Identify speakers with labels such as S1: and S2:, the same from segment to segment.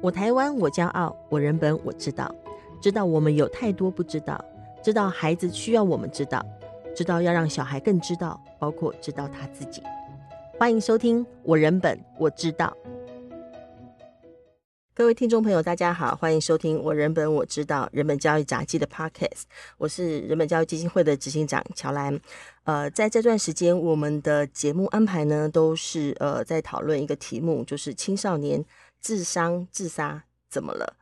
S1: 我台湾，我骄傲；我人本，我知道。知道我们有太多不知道，知道孩子需要我们知道，知道要让小孩更知道，包括知道他自己。欢迎收听《我人本我知道》，各位听众朋友，大家好，欢迎收听《我人本我知道》人本教育杂技的 Podcast，我是人本教育基金会的执行长乔兰。呃，在这段时间，我们的节目安排呢，都是呃在讨论一个题目，就是青少年自伤自杀怎么了。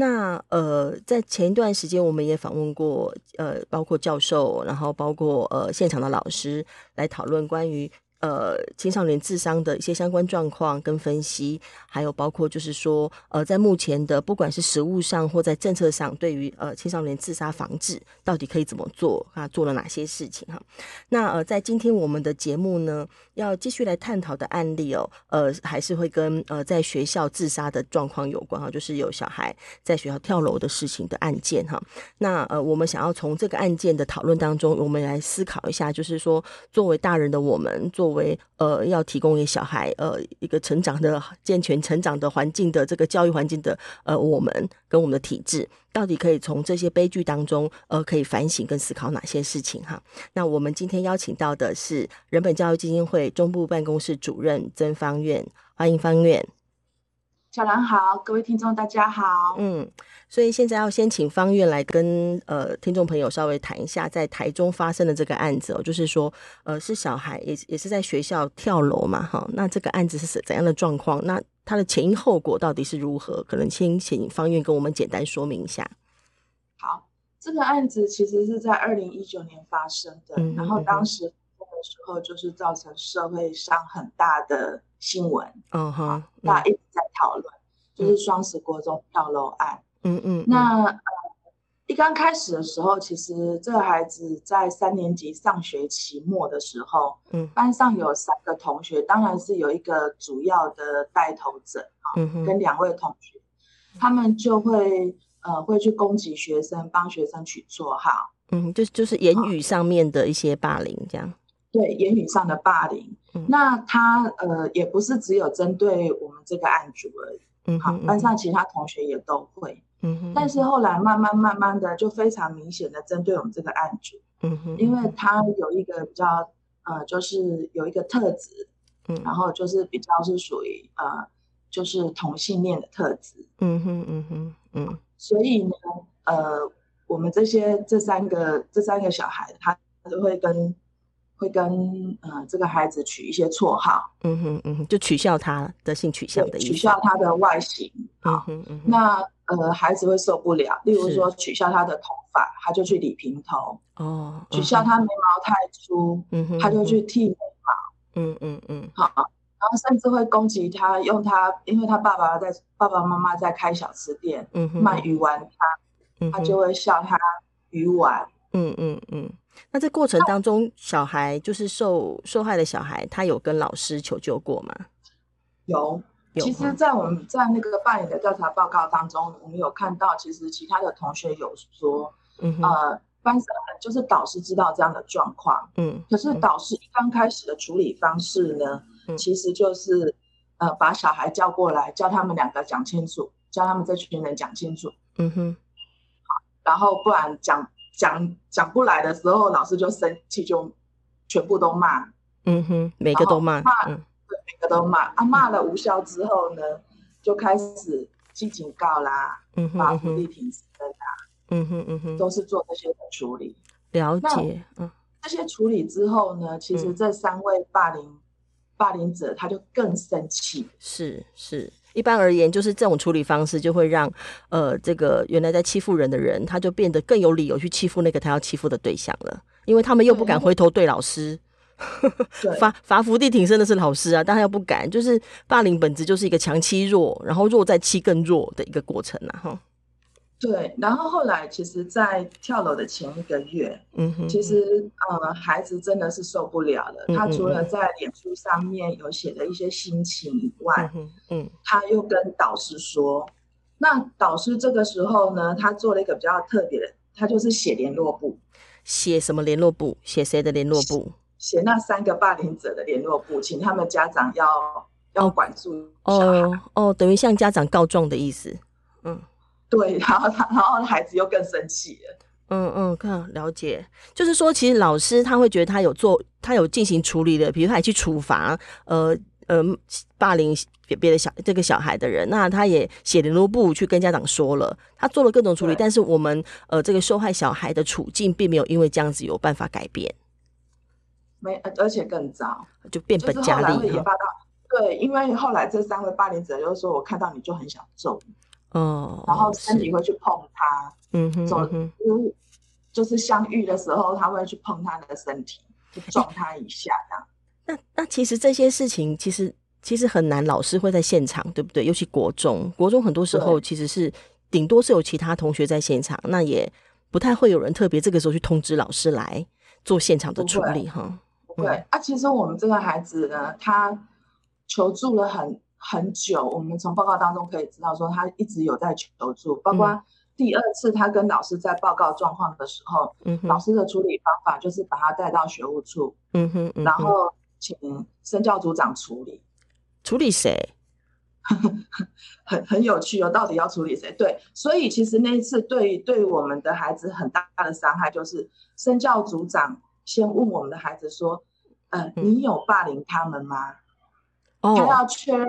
S1: 那呃，在前一段时间，我们也访问过呃，包括教授，然后包括呃现场的老师，来讨论关于呃青少年智商的一些相关状况跟分析，还有包括就是说呃，在目前的不管是实务上或在政策上，对于呃青少年自杀防治到底可以怎么做啊，做了哪些事情哈。那呃，在今天我们的节目呢，要继续来探讨的案例哦，呃，还是会跟呃在学校自杀的状况有关哈，就是有小孩在学校跳楼的事情的案件哈。那呃，我们想要从这个案件的讨论当中，我们来思考一下，就是说，作为大人的我们，作为呃要提供给小孩呃一个成长的健全成长的环境的这个教育环境的呃我们跟我们的体制，到底可以从这些悲剧当中呃可以反省跟思考哪些事情哈？那我们今天邀请到的是人本教育基金会中部办公室主任曾方院，欢迎方院。
S2: 小兰好，各位听众大家好。
S1: 嗯，所以现在要先请方院来跟呃听众朋友稍微谈一下，在台中发生的这个案子哦，就是说呃是小孩也也是在学校跳楼嘛，哈，那这个案子是怎样的状况？那它的前因后果到底是如何？可能先请方院跟我们简单说明一下。
S2: 好，这个案子其实是在二零一九年发生的，
S1: 嗯
S2: 然后
S1: 嗯
S2: 当时那个时候就是造成社会上很大的新闻，
S1: 嗯哼，
S2: 大家一直在讨论，就是双十国中跳楼案。
S1: 嗯嗯，
S2: 那呃，一刚开始的时候，其实这个孩子在三年级上学期末的时候，
S1: 嗯
S2: 班上有三个同学，当然是有一个主要的带头者，
S1: 嗯哼，
S2: 跟两位同学，他们就会呃会去攻击学生，帮学生取绰号，
S1: 嗯，就就是言语上面的一些霸凌这样。
S2: 对言语上的霸凌。
S1: 嗯
S2: 那他呃也不是只有针对我们这个案主而已，
S1: 嗯
S2: 好
S1: 哼，，
S2: 班上其他同学也都会。
S1: 嗯哼，
S2: 但是后来慢慢慢慢的就非常明显的针对我们这个案主，
S1: 嗯哼，
S2: 因为他有一个比较呃就是有一个特质，
S1: 嗯
S2: 然后就是比较是属于呃就是同性恋的特质。
S1: 嗯哼嗯哼嗯
S2: 所以呢，呃，我们这些这三个这三个小孩，他都会跟会跟呃这个孩子取一些绰号，
S1: 嗯哼嗯哼，就取笑他的性取向的意思。
S2: 取笑他的外形
S1: 嗯
S2: 啊。
S1: 哼嗯哼，
S2: 那呃，孩子会受不了，例如
S1: 是
S2: 说取笑他的头发，他就去理平头；
S1: 哦，
S2: 取笑他眉毛太粗，
S1: 嗯哼，嗯哼，
S2: 他就去剃眉
S1: 嗯哼，嗯嗯
S2: 毛，然后甚至会攻击他，用他，因为他爸爸在爸爸妈妈在开小吃店
S1: 嗯哼，
S2: 卖鱼丸汤，
S1: 嗯
S2: 他
S1: 哼
S2: 就会笑他鱼丸，
S1: 嗯嗯嗯。那这过程当中，小孩就是受受害的小孩，他有跟老师求救过吗？
S2: 有，
S1: 有
S2: 其
S1: 哈
S2: 实，在我们在那个办理的调查报告当中，我们有看到，其实其他的同学有说，
S1: 嗯哼，
S2: 呃，班上就是导师知道这样的状况，
S1: 嗯
S2: 可是
S1: 嗯
S2: 导师一刚开始的处理方式呢，
S1: 嗯
S2: 其实就是呃把小孩叫过来，叫他们两个讲清楚，叫他们这群人讲清楚，
S1: 嗯哼，
S2: 然后不然讲讲讲不来的时候，老师就生气，就全部都骂，
S1: 嗯哼，每个都骂，嗯
S2: 每个都骂，啊骂了无效之后呢，就开始记警告啦。
S1: 嗯哼
S2: 把
S1: 嗯
S2: 福
S1: 哼
S2: 利停止的啦，
S1: 嗯哼嗯哼，
S2: 都是做这些的处理。
S1: 了解，嗯
S2: 这些处理之后呢，其实
S1: 嗯
S2: 这三位霸凌霸凌者他就更生气，
S1: 是是。一般而言，就是这种处理方式就会让，呃，这个原来在欺负人的人，他就变得更有理由去欺负那个他要欺负的对象了，因为他们又不
S2: 对
S1: 敢
S2: 他
S1: 回头对老师，
S2: 对，
S1: 罚罚伏地挺身的是老师啊，但他又不敢，就是霸凌本质就是一个强欺弱，然后弱再欺更弱的一个过程啊，哈，
S2: 对。然后后来其实，在跳楼的前一个月，
S1: 嗯哼，
S2: 其实呃孩子真的是受不了了。
S1: 嗯
S2: 他
S1: 嗯
S2: 除
S1: 嗯
S2: 了在脸书上面有写的一些心情以
S1: 嗯
S2: 外，
S1: 哼，嗯
S2: 他又跟导师说，那导师这个时候呢，他做了一个比较特别的，他就是写联络簿。
S1: 写什么联络簿？写谁的联络簿？
S2: 写那三个霸凌者的联络簿，请他们家长要要管束小孩。
S1: 哦哦，等于向家长告状的意思。嗯
S2: 对， 然后他，然后孩子又更生气了。
S1: 嗯嗯，看了解，就是说，其实老师他会觉得他有做，他有进行处理的，比如他也去处罚，呃呃，霸凌别别的小这个小孩的人，那他也写联络簿去跟家长说了，他做了各种处理，
S2: 对
S1: 但是我们呃这个受害小孩的处境并没有因为这样子有办法改变，
S2: 没，呃而且更糟，
S1: 就变
S2: 就
S1: 本
S2: 是后
S1: 加
S2: 来会
S1: 厉哦
S2: 研
S1: 哈。
S2: 发到，对，因为后来这三位霸凌者就说我看到你就很想揍你，
S1: 哦，
S2: 然后身体
S1: 是，
S2: 会去碰他，
S1: 嗯哼，
S2: 走
S1: 嗯哼。
S2: 就是就是相遇的时候他会去碰他的身体，去撞他一下这样。
S1: 那那其实这些事情其实其实很难，老师会在现场，对不对？尤其国中，国中很多时候其实是顶多是有其他同学在现场，那也不太会有人特别这个时候去通知老师来做现场的处理哈。
S2: 对、
S1: 嗯
S2: 啊，其实我们这个孩子呢，他求助了很很久，我们从报告当中可以知道说他一直有在求助，包
S1: 嗯
S2: 括第二次他跟老师在报告状况的时候，
S1: 嗯
S2: 老
S1: 哼，
S2: 师的处理方法就是把他带到学务处，
S1: 嗯哼，嗯
S2: 然
S1: 哼，
S2: 后请身教组长处理。
S1: 处理谁？
S2: 很很有趣哦，到底要处理谁？对，所以其实那一次对对我们的孩子很大的伤害，就是身教组长先问我们的孩子说：“呃，
S1: 嗯
S2: 你有霸凌他们吗？”他
S1: 哦
S2: 要确认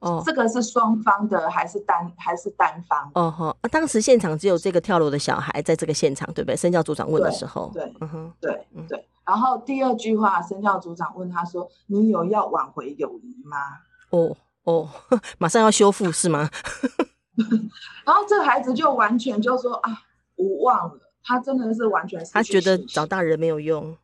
S1: 哦
S2: 这个是双方的还是单还是单方？
S1: 哦哈、啊当时现场只有这个跳楼的小孩在这个现场，对不对？身教组长问的时候，
S2: 对对
S1: 嗯哼，
S2: 对
S1: 嗯
S2: 对。然后第二句话，身教组长问他说：“你有要挽回友谊吗
S1: 哦哦， 马上要修复是吗？？”
S2: 然后这个孩子就完全就说：“啊，无望了。”他真的是完全失
S1: 他
S2: 去
S1: 觉得
S2: 信
S1: 找
S2: 心
S1: 大人没有用，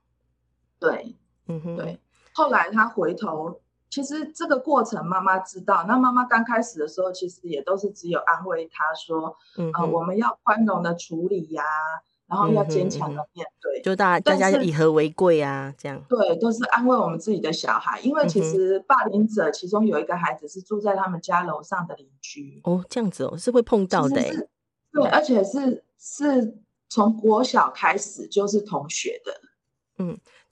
S2: 对
S1: 嗯哼，
S2: 对，后来他回头，其实这个过程妈妈知道，那妈妈刚开始的时候，其实也都是只有安慰他说，
S1: 嗯
S2: 呃，
S1: 哼，
S2: 我们要宽容的处理呀、然后要坚强
S1: 嗯哼嗯
S2: 的面对，
S1: 就大大
S2: 但
S1: 家
S2: 是
S1: 以和为贵啊，这样。
S2: 对，都是安慰我们自己的小孩，因为其
S1: 嗯哼
S2: 实霸凌者其中有一个孩子是住在他们家楼上的邻居，
S1: 哦，这样子哦，是会碰到
S2: 其
S1: 的
S2: 实
S1: 欸、
S2: 是，对，而且是是从国小开始就是同学的。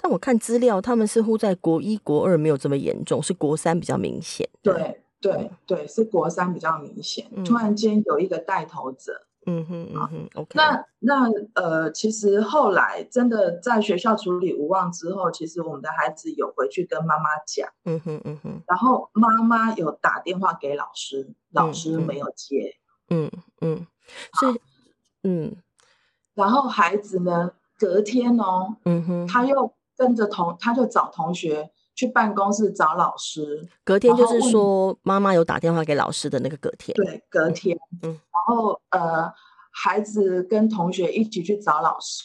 S1: 但我看资料，他们似乎在国一、国二没有这么严重，是国三比较明显。，
S2: 对对对，是国三比较明显，
S1: 嗯
S2: 突然间有一个带头者，
S1: 嗯哼嗯哼，OK。
S2: 那那呃，其实后来真的在学校处理无望之后，其实我们的孩子有回去跟妈妈讲，
S1: 嗯哼嗯哼
S2: 然后妈妈有打电话给老师，老
S1: 嗯
S2: 师
S1: 嗯
S2: 没有接，
S1: 嗯嗯，所以嗯
S2: 然后孩子呢，隔天哦，
S1: 嗯哼，
S2: 他又跟着同，他就找同学去办公室找老师，
S1: 隔天就
S2: 然后
S1: 是
S2: 问
S1: 说妈妈有打电话给老师的那个隔天。
S2: 对，隔天，
S1: 嗯
S2: 然后呃，孩子跟同学一起去找老师，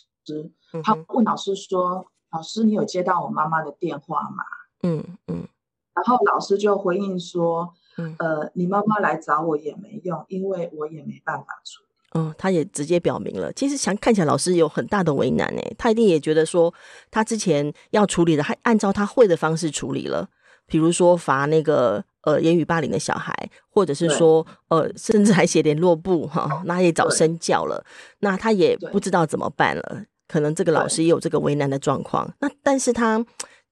S1: 嗯
S2: 他
S1: 哼
S2: 问老师说：“老师，你有接到我妈妈的电话吗？”
S1: 嗯嗯
S2: 然后老师就回应说
S1: 嗯，
S2: 呃，你妈妈来找我也没用，因为我也没办法处理。
S1: 哦，他也直接表明了。其实想看起来老师有很大的为难哎、他一定也觉得说他之前要处理的，他按照他会的方式处理了，比如说罚那个呃言语霸凌的小孩，或者是
S2: 对哦
S1: 说呃甚至还写联络簿哈，那他也找
S2: 对
S1: 身教了，那他也
S2: 对
S1: 不知道怎么办了。可能这个老
S2: 对
S1: 师也有这个为难的状况，那但是他。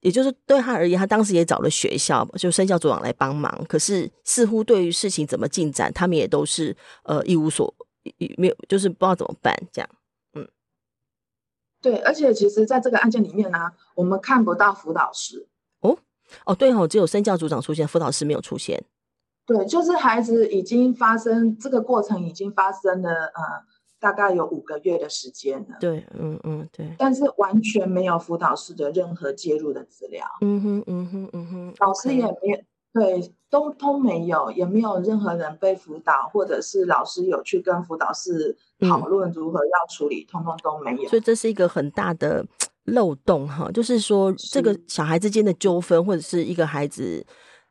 S1: 也就是对他而言，他当时也找了学校，就生教组长来帮忙。可是似乎对于事情怎么进展，他们也都是呃一无所一一没有，就是不知道怎么办这样。
S2: 对，而且其实在这个案件里面呢、我们看不到辅导室。
S1: 哦，对哦，只有生教组长出现，辅导师没有出现。
S2: 对，就是孩子已经发生这个过程，已经发生了呃，大概有五个月的时间了，
S1: 对，嗯嗯，对，
S2: 但是完全没有辅导室的任何介入的资料，
S1: 嗯哼嗯哼嗯哼，
S2: 老师
S1: OK
S2: 也没有。对，都都没有，也没有任何人被辅导，或者是老师有去跟辅导室讨论如何要处理，通通都没有。
S1: 嗯所以这是一个很大的漏洞哈，就是说这个
S2: 是
S1: 小孩之间的纠纷，或者是一个孩子，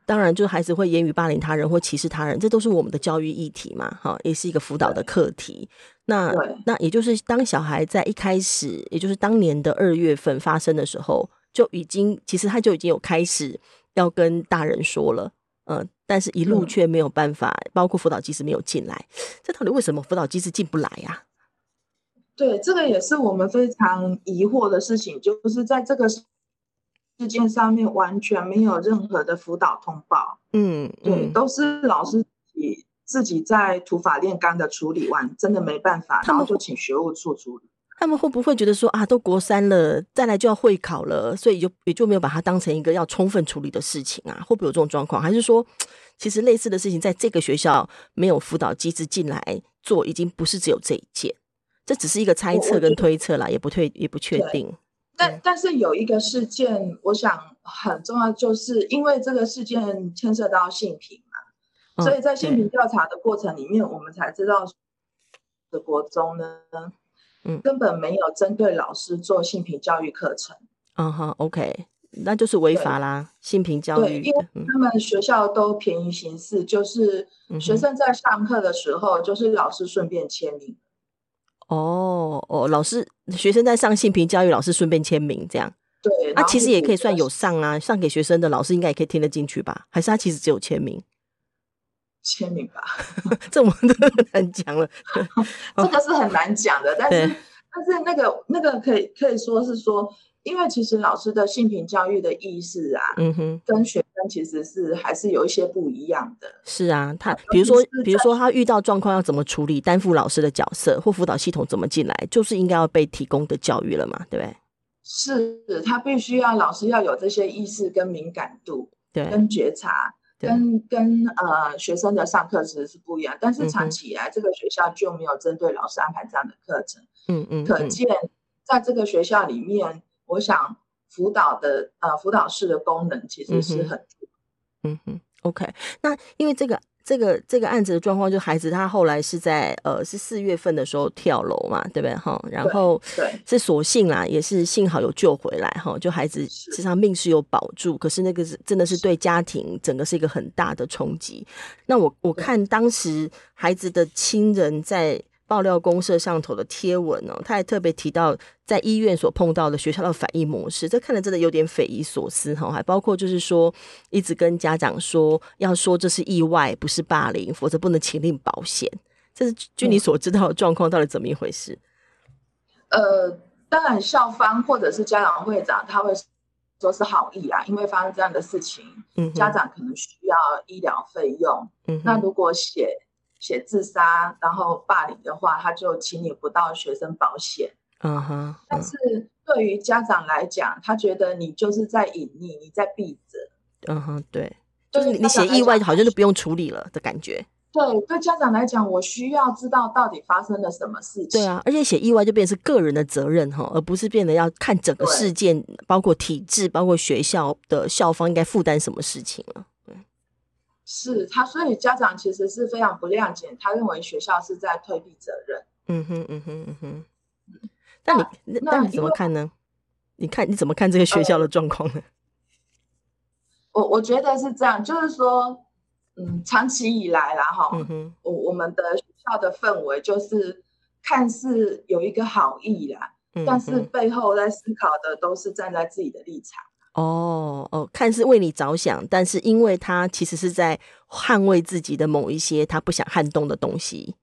S1: 当然就是孩子会言语霸凌他人或歧视他人，这都是我们的教育议题嘛，哈，也是一个辅导的
S2: 对
S1: 课题。那
S2: 对
S1: 那也就是当小孩在一开始，也就是当年的二月份发生的时候，就已经其实他就已经有开始要跟大人说了。呃，但是一路
S2: 嗯
S1: 却没有办法，包括辅导机制没有进来，这到底为什么辅导机制进不来啊呀、
S2: 对，这个也是我们非常疑惑的事情，就是在这个时事件上面完全没有任何的辅导通报，
S1: 嗯，
S2: 对，
S1: 嗯
S2: 都是老师自己自己在土法炼钢的处理完，真的没办法，
S1: 他
S2: 然
S1: 们
S2: 后就请学务处处理。
S1: 他们会不会觉得说啊，都国三了，再来就要会考了，所以就也就没有把它当成一个要充分处理的事情啊？会不会有这种状况？还是说，其实类似的事情在这个学校没有辅导机制进来做，已经不是只有这一件，这只是一个猜
S2: 我我
S1: 测
S2: 觉
S1: 跟
S2: 得
S1: 推测啦，也不确也不确定。
S2: 但但是有一个事件，我想很重要，就是因为这个事件牵涉到性平嘛，
S1: 嗯
S2: 所以在性
S1: 对
S2: 平调查的过程里面，我们才知道的国中呢，
S1: 嗯
S2: 根本没有针对老师做性平教育课程。
S1: 嗯哼，OK，那就是违
S2: 对
S1: 法啦，性平教
S2: 对，
S1: 育
S2: 因为
S1: 的，嗯
S2: 他们学校都便宜行事，就是
S1: 嗯
S2: 学
S1: 哼
S2: 生在上课的时候，就是老师顺便签名。
S1: 哦哦，老师学生在上性平教育，老师顺便签名这样。
S2: 对，
S1: 啊，
S2: 然后
S1: 其实
S2: 就
S1: 也
S2: 补
S1: 可以
S2: 课
S1: 算有
S2: 时
S1: 上啊，上给学生的老师应该也可以听得进去吧？还是他其实只有签名？
S2: 签名 吧，
S1: 这我们都很难讲了。哦
S2: 这个是很难讲的，但是
S1: 对
S2: 但是那个那个可以可以说是说，因为其实老师的性平教育的意识啊，
S1: 嗯哼，
S2: 跟学生其实是还是有一些不一样的。
S1: 是啊，他
S2: 尤
S1: 比如
S2: 其
S1: 说
S2: 是，
S1: 比如
S2: 在
S1: 说他遇到状况要怎么处理，担负老师的角色或辅导系统怎么进来，就是应该要被提供的教育了嘛，对不对？
S2: 是他必须要老师要有这些意识跟敏感度
S1: 对
S2: 跟觉察，
S1: 对
S2: 跟跟呃学生的上课其实是不一样。但
S1: 嗯
S2: 是
S1: 哼
S2: 长期以来，这个学校就没有针对老师安排这样的课程。
S1: 嗯嗯
S2: 可
S1: 嗯，
S2: 见，在这个学校里面，我想辅导的呃辅导室的功能其实是
S1: 嗯哼
S2: 很
S1: 嗯哼，OK。那因为这个这个这个案子的状况，就孩子他后来是在呃是四月份的时候跳楼嘛，对不对？哈，然
S2: 对
S1: 后
S2: 对
S1: 是所幸啦，也是幸好有救回来哈，就孩子
S2: 是
S1: 实际上命是有保住，可是那个是真的是对家庭整个是一个很大的冲击。那我我
S2: 对
S1: 看当时孩子的亲人在。爆料公社上头的贴文哦，他还特别提到在医院所碰到的学校的反应模式，这看了真的有点匪夷所思哈、还包括就是说，一直跟家长说要说这是意外，不是霸凌，否则不能请领保险。这是据你
S2: 嗯
S1: 所知道的状况到底怎么一回事？
S2: 呃，当然校方或者是家长会长他会说是好意啊，因为发生这样的事情，
S1: 嗯哼，
S2: 家长可能需要医疗费用。
S1: 嗯哼，
S2: 那如果写写自杀然后霸凌的话，他就请你不到学生保险。
S1: 嗯哼，
S2: 但
S1: 嗯
S2: 是对于家长来讲，他觉得你就是在隐匿，你在避责。
S1: 嗯哼，对，就
S2: 对
S1: 是你
S2: 于家
S1: 你写
S2: 长来
S1: 意外
S2: 讲
S1: 好像就不用处理了的感觉。
S2: 对，对家长来讲，我需要知道到底发生了什么事情。
S1: 对，啊，而且写意外就变成是个人的责任哈，而不是变得要看整个
S2: 对
S1: 事件，包括体制，包括学校的校方应该负担什么事情了。
S2: 是他，所以家长其实是非常不谅解，他认为学校是在推避责任。
S1: 嗯哼，嗯哼，嗯哼。那你那
S2: 那
S1: 那你
S2: 因
S1: 怎么
S2: 为
S1: 看呢？呃你看你怎么看这个学校的状况 呢？
S2: 我我觉得是这样，就是说，嗯，长期以来啦，哈、
S1: 嗯哼，
S2: 我我们的学校的氛围就是看似有一个好意啦，
S1: 嗯
S2: 但是
S1: 哼
S2: 背后在思考的都是站在自己的立场。
S1: 哦哦，看似为你着想，但是因为他其实是在捍卫自己的某一些他不想撼动的东西。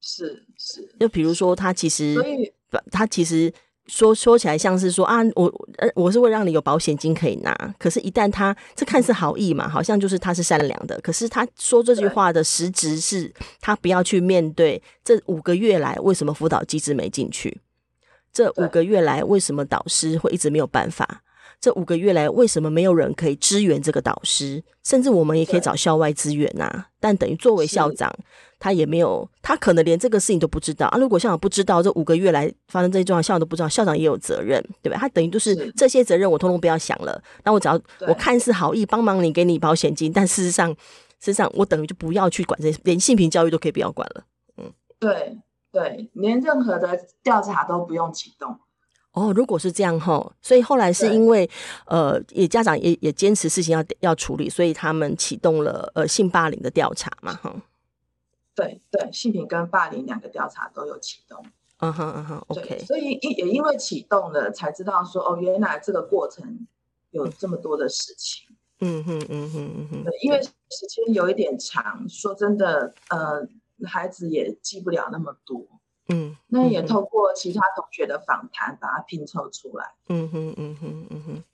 S2: 是是，
S1: 就比如说，他其实
S2: 所以
S1: 不，他其实说说起来像是说啊，我呃我是会让你有保险金可以拿，可是，一旦他这看似好意嘛，好像就是他是善良的，可是他说这句
S2: 对
S1: 话的实质是他不要去面对这五个月来为什么辅导机制没进去，这五
S2: 对
S1: 个月来为什么导师会一直没有办法。这五个月来，为什么没有人可以支援这个导师？甚至我们也可以
S2: 对
S1: 找校外资源呐、啊但等于作为
S2: 是
S1: 校长，他也没有，他可能连这个事情都不知道啊。如果校长不知道，这五个月来发生这些状况，校长都不知道，校长也有责任，对吧？他等于就是
S2: 是
S1: 这些责任我通通不要想了，那我只要
S2: 对
S1: 我看似好意帮忙你，给你保险金，但事实上，事实上我等于就不要去管这些，连性平教育都可以不要管了。
S2: 对对，连任何的调查都不用启动。
S1: 哦，如果是这样吼，所以后来是
S2: 对
S1: 因为呃，也家长也也坚持事情要要处理，所以他们启动了呃性霸凌的调查嘛，哈。
S2: 对对，性平跟霸凌两个调查都有启动，
S1: 嗯哼嗯哼
S2: 对
S1: ，OK，
S2: 所以因也因为启动了，才知道说哦，原来这个过程有这么多的事情。
S1: 嗯哼嗯哼嗯哼，
S2: 对，因为时间有一点长，说真的，呃，孩子也记不了那么多，
S1: 嗯，
S2: 那
S1: 嗯
S2: 也
S1: 哼
S2: 透过其他同学的访谈把它拼凑出来。
S1: 嗯哼，嗯哼，嗯哼。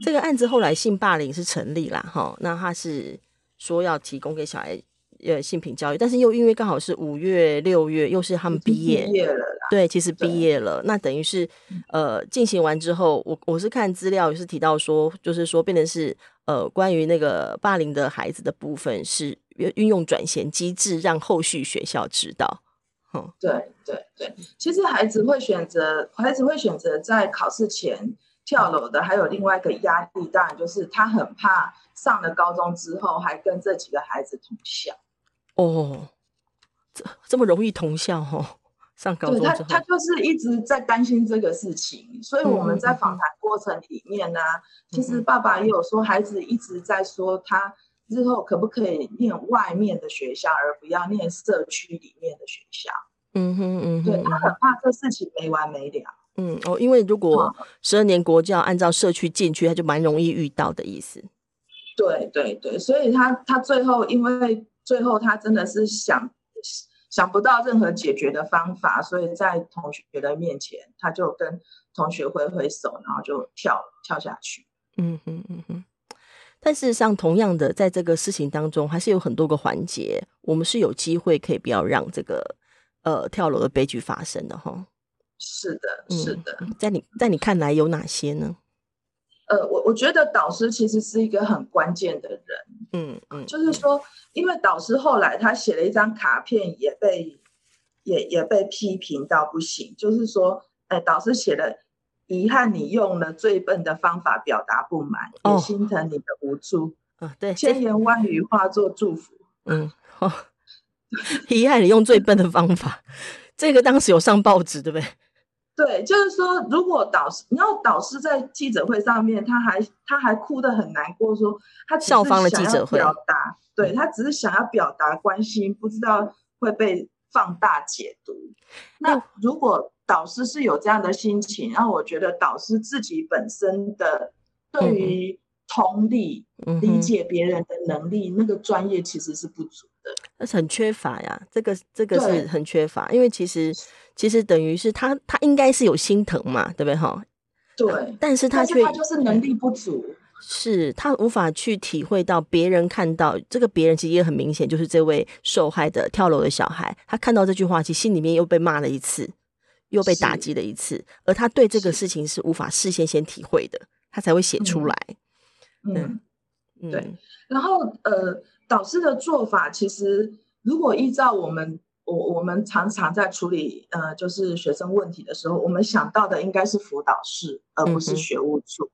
S1: 这个案子后来性霸凌是成立啦，哈，那他是说要提供给小孩呃性平教育，但是又因为刚好是五月六月，又是他们嗯毕业，
S2: 毕业了啦，
S1: 对，其实
S2: 对
S1: 毕业了，那等于是呃进行完之后，我我是看资料也是提到说，就是说变成是呃关于那个霸凌的孩子的部分是呃运用转衔机制，让后续学校知道。
S2: 对对对。其实孩子会选择，孩子会选择在考试前跳楼的，还有另外一个压力，当然就是他很怕上了高中之后还跟这几个孩子同校。
S1: 哦，这这么容易同校哦，上高
S2: 对
S1: 中
S2: 他，
S1: 之后
S2: 他，就是一直在担心这个事情，所以我们在访谈过程里面呢、其
S1: 嗯
S2: 实
S1: 嗯
S2: 爸爸也有说，孩子一直在说他日后可不可以念外面的学校，而不要念社区里面的学校。
S1: 嗯哼嗯哼，
S2: 对
S1: 嗯哼
S2: 他很怕这事情没完没了。
S1: 嗯哦，因为如果十二年国教按照社区进去，他就蛮容易遇到的意思。
S2: 对对对，所以他他最后因为最后他真的是想想不到任何解决的方法，所以在同学的面前，他就跟同学挥挥手，然后就跳跳下去。
S1: 嗯哼嗯哼。但事实上，同样的，在这个事情当中，还是有很多个环节，我们是有机会可以不要让这个呃跳楼的悲剧发生的哈。
S2: 是的，
S1: 嗯
S2: 是的，
S1: 在你在你看来有哪些呢？
S2: 呃，我我觉得导师其实是一个很关键的人，
S1: 嗯嗯，
S2: 就是说，因为导师后来他写了一张卡片，也被也也被批评到不行，就是说，呃，导师写了。遗憾你用了最笨的方法表达不满，
S1: 哦
S2: 也心疼你的无助，
S1: 啊，对，这
S2: 千言万语化作祝福。
S1: 嗯哦， 遗憾你用最笨的方法，这个当时有上报纸，对不对？
S2: 对，就是说，如果导师，你要导师在记者会上面，他还他还哭得很难过，说他只是
S1: 校方的记
S2: 想要
S1: 者会嗯
S2: 表达，对他只是想要表达关心，不知道会被放大解读。
S1: 哎
S2: 那如果导师是有这样的心情，那我觉得导师自己本身的对于同理、
S1: 嗯
S2: 理
S1: 哼
S2: 解别人的能力，那个专业其实是不足的。
S1: 那是很缺乏呀，这个这个
S2: 对
S1: 是很缺乏，因为其实其实等于是他他应该是有心疼嘛，对不对哈？
S2: 对，
S1: 但是他
S2: 但
S1: 却
S2: 是他就是能力不足。
S1: 是他无法去体会到别人看到这个别人其实也很明显，就是这位受害的跳楼的小孩，他看到这句话，其实心里面又被骂了一次，又被打
S2: 是
S1: 击了一次，而他对这个
S2: 是
S1: 事情是无法事先先体会的，他才会写出
S2: 嗯
S1: 来。
S2: 嗯
S1: 嗯，
S2: 对然后呃，导师的做法其实如果依照我们我我们常常在处理呃就是学生问题的时候，我们想到的应该是辅导室，而
S1: 嗯
S2: 不
S1: 哼
S2: 是学务处。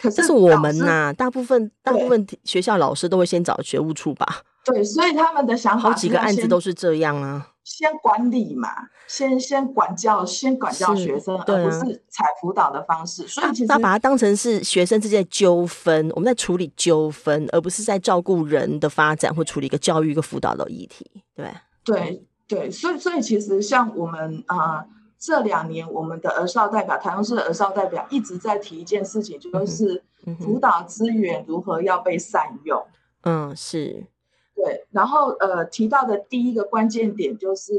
S2: 可是
S1: 这是我
S2: 导
S1: 们
S2: 师
S1: 呐、大部分大部
S2: 对
S1: 分学校老师都会先找学务处吧，
S2: 对，所以他们的想法
S1: 好几
S2: 是
S1: 个
S2: 哦要
S1: 案子
S2: 先
S1: 都是这样啊。
S2: 先管理嘛，先先管教，先管教
S1: 是
S2: 学生，
S1: 对
S2: 而不
S1: 啊
S2: 是采辅导的方式。所以其实
S1: 那把它啊当成是学生之间的纠纷，我们在处理纠纷，而不是在照顾人的发展或处理一个教育、一个辅导的议题，对吧？哦
S2: 对对，所以所以其实像我们啊、呃这两年我们的儿少代表，台中市的儿少代表一直在提一件事情，
S1: 嗯
S2: 就
S1: 哼
S2: 是
S1: 嗯
S2: 辅
S1: 哼，
S2: 导资源如何要被善用。
S1: 嗯，是，
S2: 对，然后呃提到的第一个关键点就是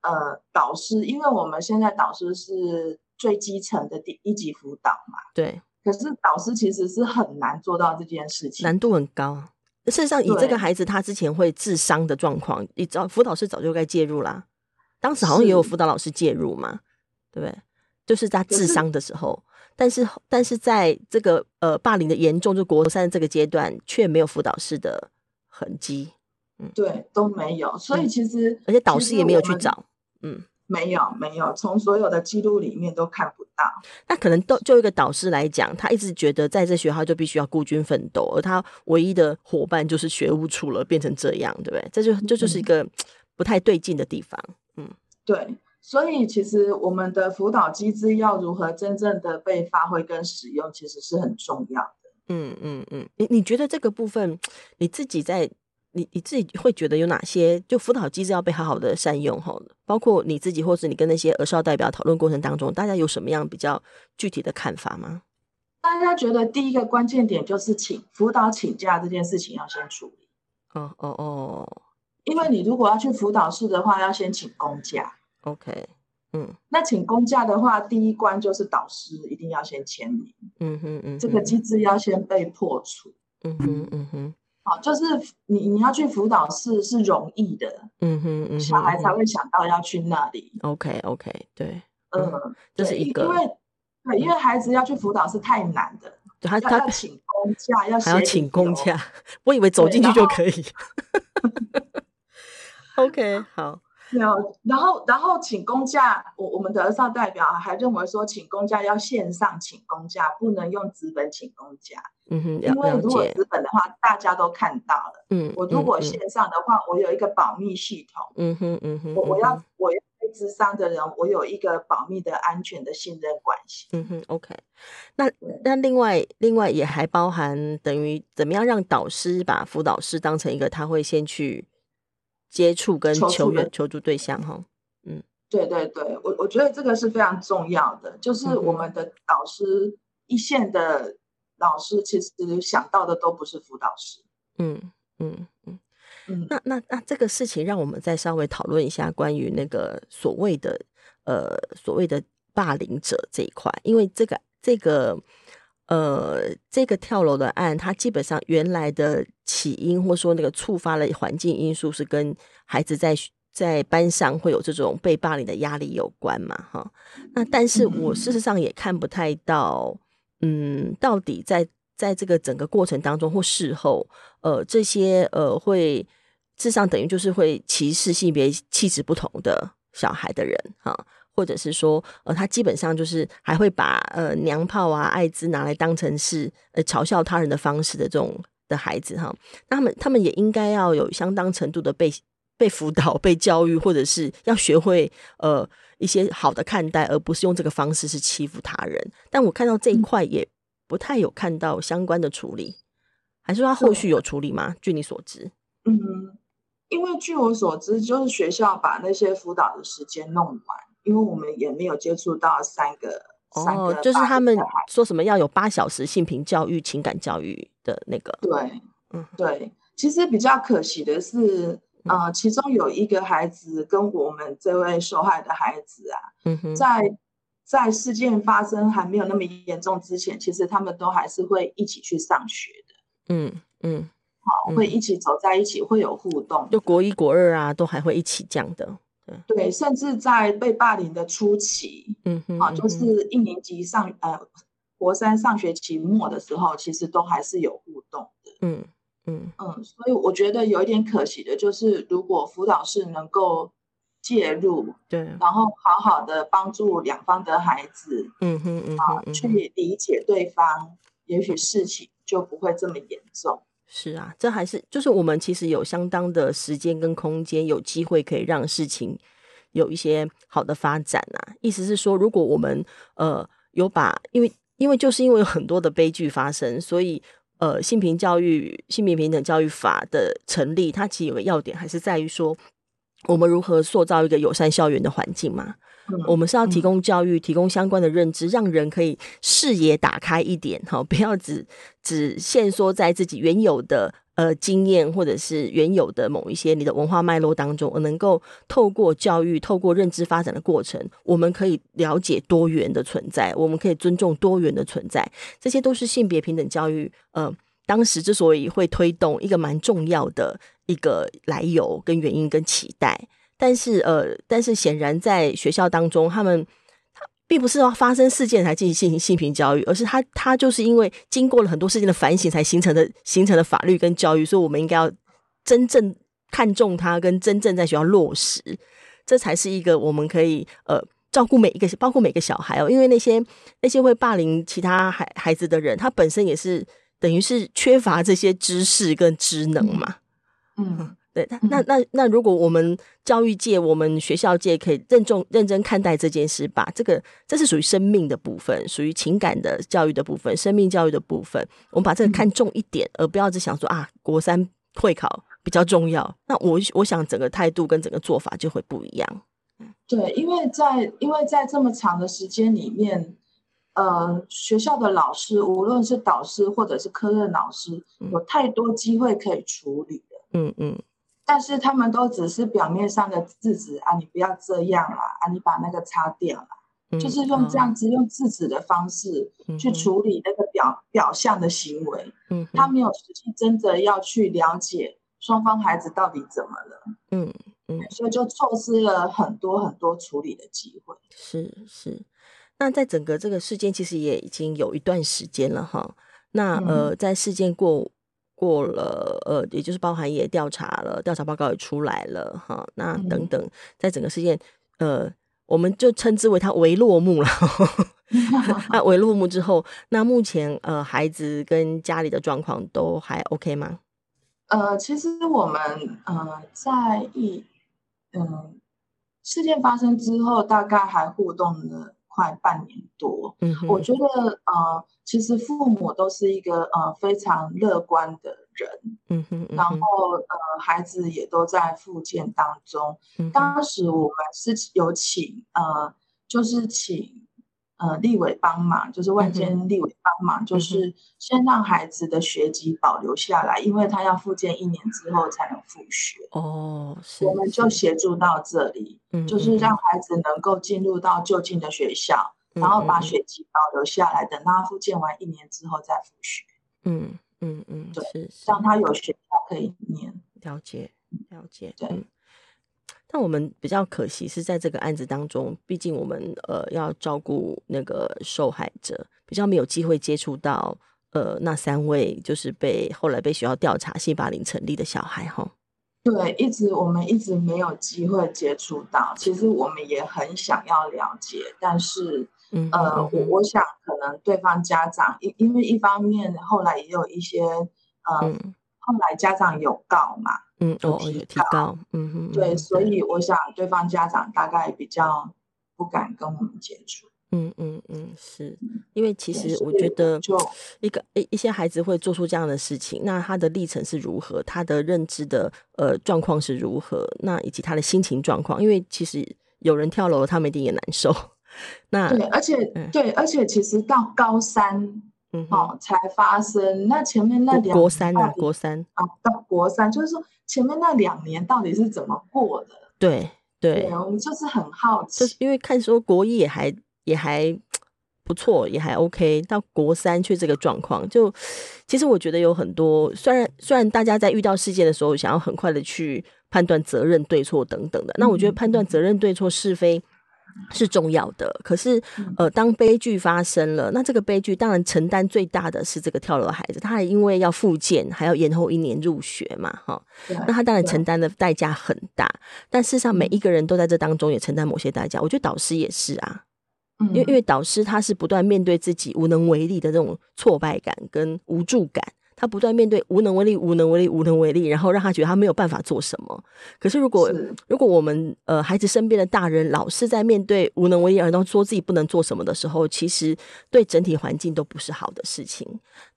S2: 呃导师，因为我们现在导师是最基层的第一级辅导嘛，
S1: 对，
S2: 可是导师其实是很难做到这件事情。
S1: 难度很高。事实上，以这
S2: 对
S1: 个孩子他之前会智商的状况，你早辅导师早就该介入啦。当时好像也有
S2: 是
S1: 辅导老师介入嘛，对不对？就是他
S2: 可
S1: 智
S2: 是
S1: 商的时候，但是但是在这个呃霸凌的严重，就国三这个阶段，却没有辅导师的痕迹，
S2: 对，都没有，所以
S1: 嗯
S2: 其实
S1: 而且导
S2: 其
S1: 师
S2: 实
S1: 也没有
S2: 我
S1: 去
S2: 们
S1: 找，嗯。
S2: 没有没有，从所有的记录里面都看不到。
S1: 那可能都就一个导师来讲，他一直觉得在这学校就必须要孤军奋斗，而他唯一的伙伴就是学务处了，变成这样，对不对？这就这就是一个不太对劲的地方。
S2: 对，所以其实我们的辅导机制要如何真正的被发挥跟使用，其实是很重要的。
S1: 嗯嗯嗯，你你觉得这个部分你自己在你你自己会觉得有哪些就辅导机制要被好好的善用哈？包括你自己或是你跟那些儿少代表讨论过程当中，大家有什么样比较具体的看法吗？
S2: 大家觉得第一个关键点就是请辅导请假这件事情要先处理，
S1: 哦哦哦
S2: 因为你如果要去辅导室的话，要先请公假。
S1: ，OK，嗯
S2: 那请公假的话，第一关就是导师一定要先签名，
S1: 嗯哼嗯哼，
S2: 这个机制要先被破除。
S1: 嗯哼嗯哼
S2: 好，就是你你要去辅导室是容易的，
S1: 嗯哼嗯哼，
S2: 小孩才会想到要去那里。
S1: OK OK，对，嗯
S2: 嗯，
S1: 这
S2: 对
S1: 是一
S2: 因
S1: 个
S2: 因为对，因为孩子要去辅导是太难的，
S1: 对他
S2: 要
S1: 啊他
S2: 要请公假，要
S1: 还要
S2: 写
S1: 请
S2: 理
S1: 公
S2: 由
S1: 假，我 以为走
S2: 对
S1: 进去
S2: 然
S1: 就
S2: 后
S1: 可以。OK，好，
S2: 没有，哦然后然后请公假，我我们的儿少代表还认为说，请公假要线上请公假，不能用纸本请公假，
S1: 嗯哼，了
S2: 因为
S1: 了
S2: 如果
S1: 解，
S2: 纸本的话，大家都看到了。
S1: 嗯，
S2: 我如
S1: 嗯
S2: 果
S1: 嗯
S2: 线上的话，我有一个保密系统，
S1: 嗯哼嗯哼，
S2: 我我
S1: 嗯
S2: 要
S1: 哼
S2: 我要对智商的人，我有一个保密的安全的信任关系。
S1: 嗯哼，OK，那那另外另外也还包含等于怎么样让导师把辅导师当成一个他会先去接触跟
S2: 求
S1: 求
S2: 助的
S1: 援求助对象哈，
S2: 对对对，我我觉得这个是非常重要的，就是我
S1: 嗯哼
S2: 们的导师一线的老师，其实想到的都不是辅导师，
S1: 嗯嗯嗯，
S2: 嗯。
S1: 那那那这个事情让我们再稍微讨论一下关于那个所谓的呃所谓的霸凌者这一块，因为这个这个。呃，这个跳楼的案，它基本上原来的起因，或说那个触发了环境因素，是跟孩子在学在班上会有这种被霸凌的压力有关嘛？哈，那但是我事实上也看不太到，嗯，到底在在这个整个过程当中或事后，呃，这些呃会至上等于就是会歧视性别气质不同的小孩的人哈。或者是说，呃，他基本上就是还会把呃娘炮啊、艾滋拿来当成是呃嘲笑他人的方式的这种的孩子哈，那他们他们也应该要有相当程度的被被辅导、被教育，或者是要学会呃一些好的看待，而不是用这个方式是欺负他人。但我看到
S2: 嗯
S1: 这一块也不太有看到相关的处理，还是说他后续有处理吗？据你所知，
S2: 嗯，因为据我所知，就是学校把那些辅导的时间弄完，因为我们也没有接触到三个三
S1: 哦
S2: 个，
S1: 就是
S2: 霸
S1: 他
S2: 凌
S1: 们
S2: 的孩
S1: 说什么要有八小时性平教育、情感教育的那个，
S2: 对
S1: 嗯
S2: 对，其实比较可惜的是，呃，其中有一个孩子跟我们这位受害的孩子啊，
S1: 嗯哼，
S2: 在在事件发生还没有那么严重之前，其实他们都还是会一起去上学的，
S1: 嗯嗯，嗯
S2: 会一起走在一起，会有互动
S1: 就
S2: 的。
S1: 国一国二啊，都还会一起这样的，
S2: 对，甚至在被霸凌的初期，
S1: 嗯哼，
S2: 啊，
S1: 嗯
S2: 就
S1: 哼
S2: 是一年级上呃国三上学期末的时候，其实都还是有互动的。
S1: 嗯嗯
S2: 嗯，所以我觉得有一点可惜的就是，如果辅导室能够介入，
S1: 对，
S2: 然后好好的帮助两方的孩子
S1: 嗯哼嗯哼嗯哼。
S2: 去理解对方，也许事情就不会这么严重。
S1: 是啊，这还是就是我们其实有相当的时间跟空间，有机会可以让事情有一些好的发展啊。意思是说，如果我们呃有把，因为因为就是因为有很多的悲剧发生，所以呃性平教育、性别平等教育法的成立，它其实有个要点还是在于说，我们如何塑造一个友善校园的环境嘛。我
S2: 嗯，
S1: 们是要提
S2: 嗯
S1: 供教育，提供相关的认知，让人可以视野打开一点哈，不要只只限缩在自己原有的呃经验或者是原有的某一些你的文化脉络当中，而能够透过教育、透过认知发展的过程，我们可以了解多元的存在，我们可以尊重多元的存在，这些都是性别平等教育呃当时之所以会推动一个蛮重要的一个来由、跟原因、跟期待。但是呃，但是显然在学校当中，他们他并不是要发生事件才进行性平教育，而是他他就是因为经过了很多事件的反省，才形成的形成的法律跟教育，所以我们应该要真正看重它，跟真正在学校落实，这才是一个我们可以呃。照顾每一个，包括每个小孩哦，因为那些那些会霸凌其他孩孩子的人，他本身也是等于是缺乏这些知识跟职能嘛，
S2: 嗯
S1: 对，那那那那，如果我们教育界、我们学校界可以认重认真看待这件事，把这个这是属于生命的部分，属于情感的教育的部分，生命教育的部分，我们把这
S2: 嗯
S1: 个看重一点，而不要只想说啊，国三会考比较重要。那我我想整个态度跟整个做法就会不一样。
S2: 对，因为在因为在这么长的时间里面，呃，学校的老师，无论是
S1: 嗯
S2: 导师或者是科任老师，有太多机会可以处理了。
S1: 嗯嗯
S2: 但是他们都只是表面上的制止啊，你不要这样啦，啊，你把那个擦掉啦，
S1: 嗯
S2: 就是用这样
S1: 哦
S2: 子用制止的方式去
S1: 嗯哼
S2: 处理那个表表象的行为，
S1: 嗯哼，
S2: 他没有实际真的要去了解双方孩子到底怎么了，
S1: 嗯
S2: 所以就错失了很多很多处理的机会。
S1: 是是，那在整个这个事件其实也已经有一段时间了哈。那
S2: 嗯
S1: 呃，在事件过过了呃，也就是包含也调查了，调查报告也出来了哈。那等
S2: 嗯
S1: 等，在整个事件呃，我们就称之为它为落幕了。 那为落幕之后，那目前呃，孩子跟家里的状况都还 OK 吗？
S2: 呃，其实我们呃在一嗯、事件发生之后，大概还互动了快半年多。
S1: 嗯哼，
S2: 我觉得呃，其实父母都是一个呃非常乐观的人，
S1: 嗯哼，嗯
S2: 然
S1: 哼
S2: 后呃孩子也都在复健当中。
S1: 嗯哼
S2: 当时我们是有请呃，就是请呃立委帮忙，就是
S1: 嗯哼
S2: 万间立委帮忙，
S1: 嗯
S2: 就
S1: 哼
S2: 是先让孩子的学籍保留下来，因为他要复健一年之后才能复学。
S1: 哦，是，
S2: 我们就是协助到这里，
S1: 嗯
S2: 就是
S1: 嗯
S2: 让孩子能够进入到就近的学校，
S1: 嗯
S2: 然后
S1: 嗯
S2: 把
S1: 嗯
S2: 学籍保留下来，等到他复健完一年之后再复学，
S1: 嗯嗯嗯，
S2: 对
S1: 是是
S2: 让他有学校可以念。
S1: 了解，了解，
S2: 对
S1: 嗯。但我们比较可惜是在这个案子当中，毕竟我们呃要照顾那个受害者，比较没有机会接触到呃那三位就是被后来被学校调查性霸凌成立的小孩哈。
S2: 对，一直我们一直没有机会接触到，其实我们也很想要了解，但是
S1: 嗯哼
S2: 呃，
S1: 嗯
S2: 我
S1: 哼
S2: 我想可能对方家长因因为一方面后来也有一些呃，
S1: 嗯
S2: 后来家长有告嘛，
S1: 嗯
S2: 有
S1: 哦哦
S2: 提
S1: 有提高，嗯哼，嗯
S2: 对，
S1: 哼
S2: 所以我想对方家长大概比较不敢跟我们接触。
S1: 嗯嗯嗯，是因为其
S2: 对
S1: 实
S2: 所
S1: 我
S2: 以
S1: 觉
S2: 我
S1: 得
S2: 就
S1: 一个一一些孩子会做出这样的事情，那他的历程是如何，他的认知的呃状况是如何，那以及他的心情状况，因为其实有人跳楼了，他们一定也难受。 那
S2: 对，而且
S1: 嗯
S2: 对，而且其实到高三
S1: 嗯哼，
S2: 哦才发生，那前面那
S1: 国
S2: 两
S1: 国
S2: 年
S1: 三
S2: 到
S1: 啊，
S2: 底
S1: 国三，
S2: 啊到国三，就是说前面那两年到底是怎么过的？
S1: 对对
S2: 对，，我们就是很好
S1: 就是
S2: 奇。
S1: 因为看说国一也还也还不错，也还 OK，到国三却这个状况，就其实我觉得有很多，虽然虽然大家在遇到事件的时候，想要很快的去判断责任对错等等的，那我觉得
S2: 嗯
S1: 判断责任对错是非。是重要的，可是
S2: 嗯，
S1: 呃，当悲剧发生了，那这个悲剧当然承担最大的是这个跳楼的孩子，他还因为要复健，还要延后一年入学嘛，哈，
S2: 对，
S1: 那他当然
S2: 对
S1: 承担的代价很大，但事实上每
S2: 嗯
S1: 一个人都在这当中也承担某些代价。我觉得导师也是啊，
S2: 嗯，
S1: 因为因为导师他是不断面对自己无能为力的这种挫败感跟无助感，他不断面对无能为力、无能为力、无能为力，然后让他觉得他没有办法做什么。可是如果
S2: 是
S1: 如果我们呃孩子身边的大人老是在面对无能为力儿童说自己不能做什么的时候，其实对整体环境都不是好的事情。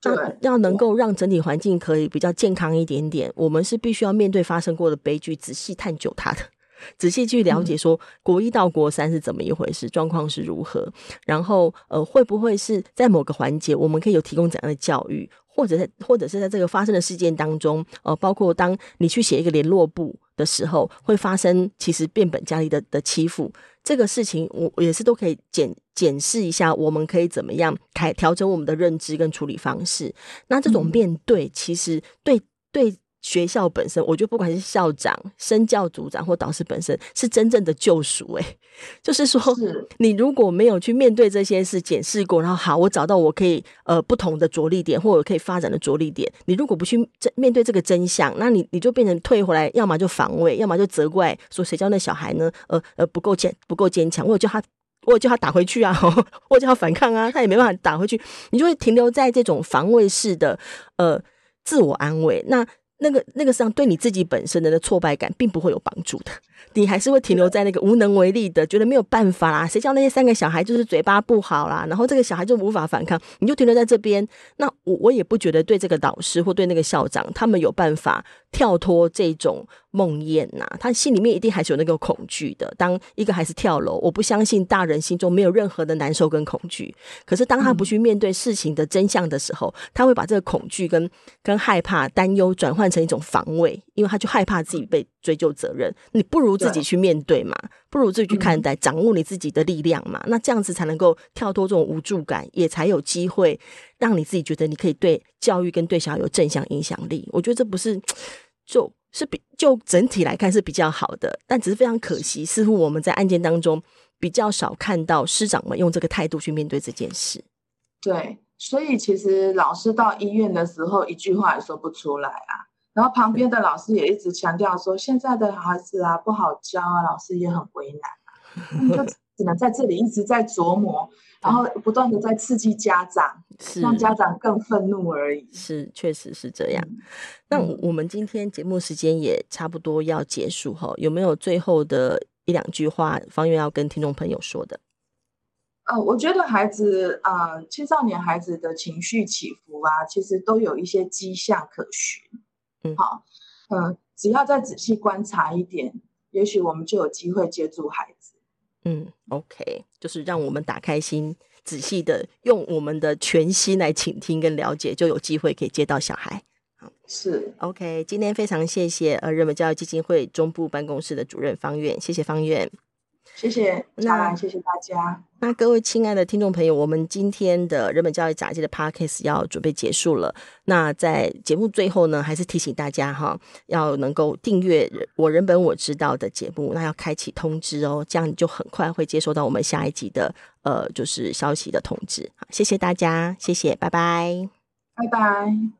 S1: 那
S2: 对
S1: 要能
S2: 对
S1: 够让整体环境可以比较健康一点点，我们是必须要面对发生过的悲剧，仔细探究它的。 仔细去了解说国一到国三是怎么一回事，状况是如何，然后呃会不会是在某个环节我们可以有提供怎样的教育，或者在或者是在这个发生的事件当中，呃包括当你去写一个联络簿的时候，会发生其实变本加厉的的欺负，这个事情我我也是都可以检检视一下，我们可以怎么样改调整我们的认知跟处理方式。那这种
S2: 嗯
S1: 面对，其实对对学校本身，我觉得不管是校长、身教组长或导师本身，是真正的救赎。诶， 就是说，
S2: 是
S1: 你如果没有去面对这些事、检视过，然后好，我找到我可以呃不同的着力点，或者可以发展的着力点，你如果不去真面对这个真相，那你你就变成退回来，要么就防卫，要么就责怪，说谁叫那小孩呢？呃呃不够坚不够坚强，或者叫他。 我叫他打回去啊，我叫他反抗啊，他也没办法打回去，你就会停留在这种防卫式的呃自我安慰。那那个那个实际上对你自己本身的那挫败感并不会有帮助的，你还是会停留在那个无能为力的，觉得没有办法啦。谁叫那些三个小孩就是嘴巴不好啦，然后这个小孩就无法反抗，你就停留在这边。那我我也不觉得对这个导师或对那个校长，他们有办法跳脱这种梦魇呐、他心里面一定还是有那个恐惧的。当一个孩子跳楼，我不相信大人心中没有任何的难受跟恐惧。可是当他不去面对事情的真相的时候，他会把这个恐惧跟跟害怕、担忧转换成一种防卫，因为他就害怕自己被追究责任。你不如自己
S2: 对
S1: 去面对嘛，不如自己去看
S2: 嗯
S1: 待，掌握你自己的力量嘛。那这样子才能够跳脱这种无助感，也才有机会让你自己觉得你可以对教育跟对小孩有正向影响力。我觉得这不是就是比就整体来看是比较好的，但只是非常可惜，似乎我们在案件当中比较少看到师长们用这个态度去面对这件事。
S2: 对，所以其实老师到医院的时候，一句话也说不出来啊。然后旁边的老师也一直强调说，现在的孩子啊不好教啊，老师也很为难啊，他 们就只能在这里一直在琢磨，然后不断的在刺激家长，
S1: 是
S2: 让家长更愤怒而已。
S1: 是，确实是这样。
S2: 嗯
S1: 那
S2: 嗯
S1: 我们今天节目时间也差不多要结束哈，有没有最后的一两句话，方圆要跟听众朋友说的？
S2: 呃，我觉得孩子，呃，青少年孩子的情绪起伏啊，其实都有一些迹象可循。
S1: 嗯
S2: 好，嗯，只要再仔细观察一点，也许我们就有机会接住孩子。
S1: 嗯，OK，就是让我们打开心，仔细的用我们的全心来倾听跟了解，就有机会可以接到小孩。
S2: 是，
S1: OK，今天非常谢谢呃日本教育基金会中部办公室的主任方远，谢谢方远。
S2: 谢谢
S1: 那
S2: 乔兰，谢谢大家。
S1: 那各位亲爱的听众朋友，我们今天的人本教育杂志的 podcast 要准备结束了。那在节目最后呢，还是提醒大家哈，要能够订阅我人本我知道的节目，那要开启通知哦，这样你就很快会接收到我们下一集的呃就是消息的通知。好谢谢大家，谢谢，拜拜。
S2: 拜拜。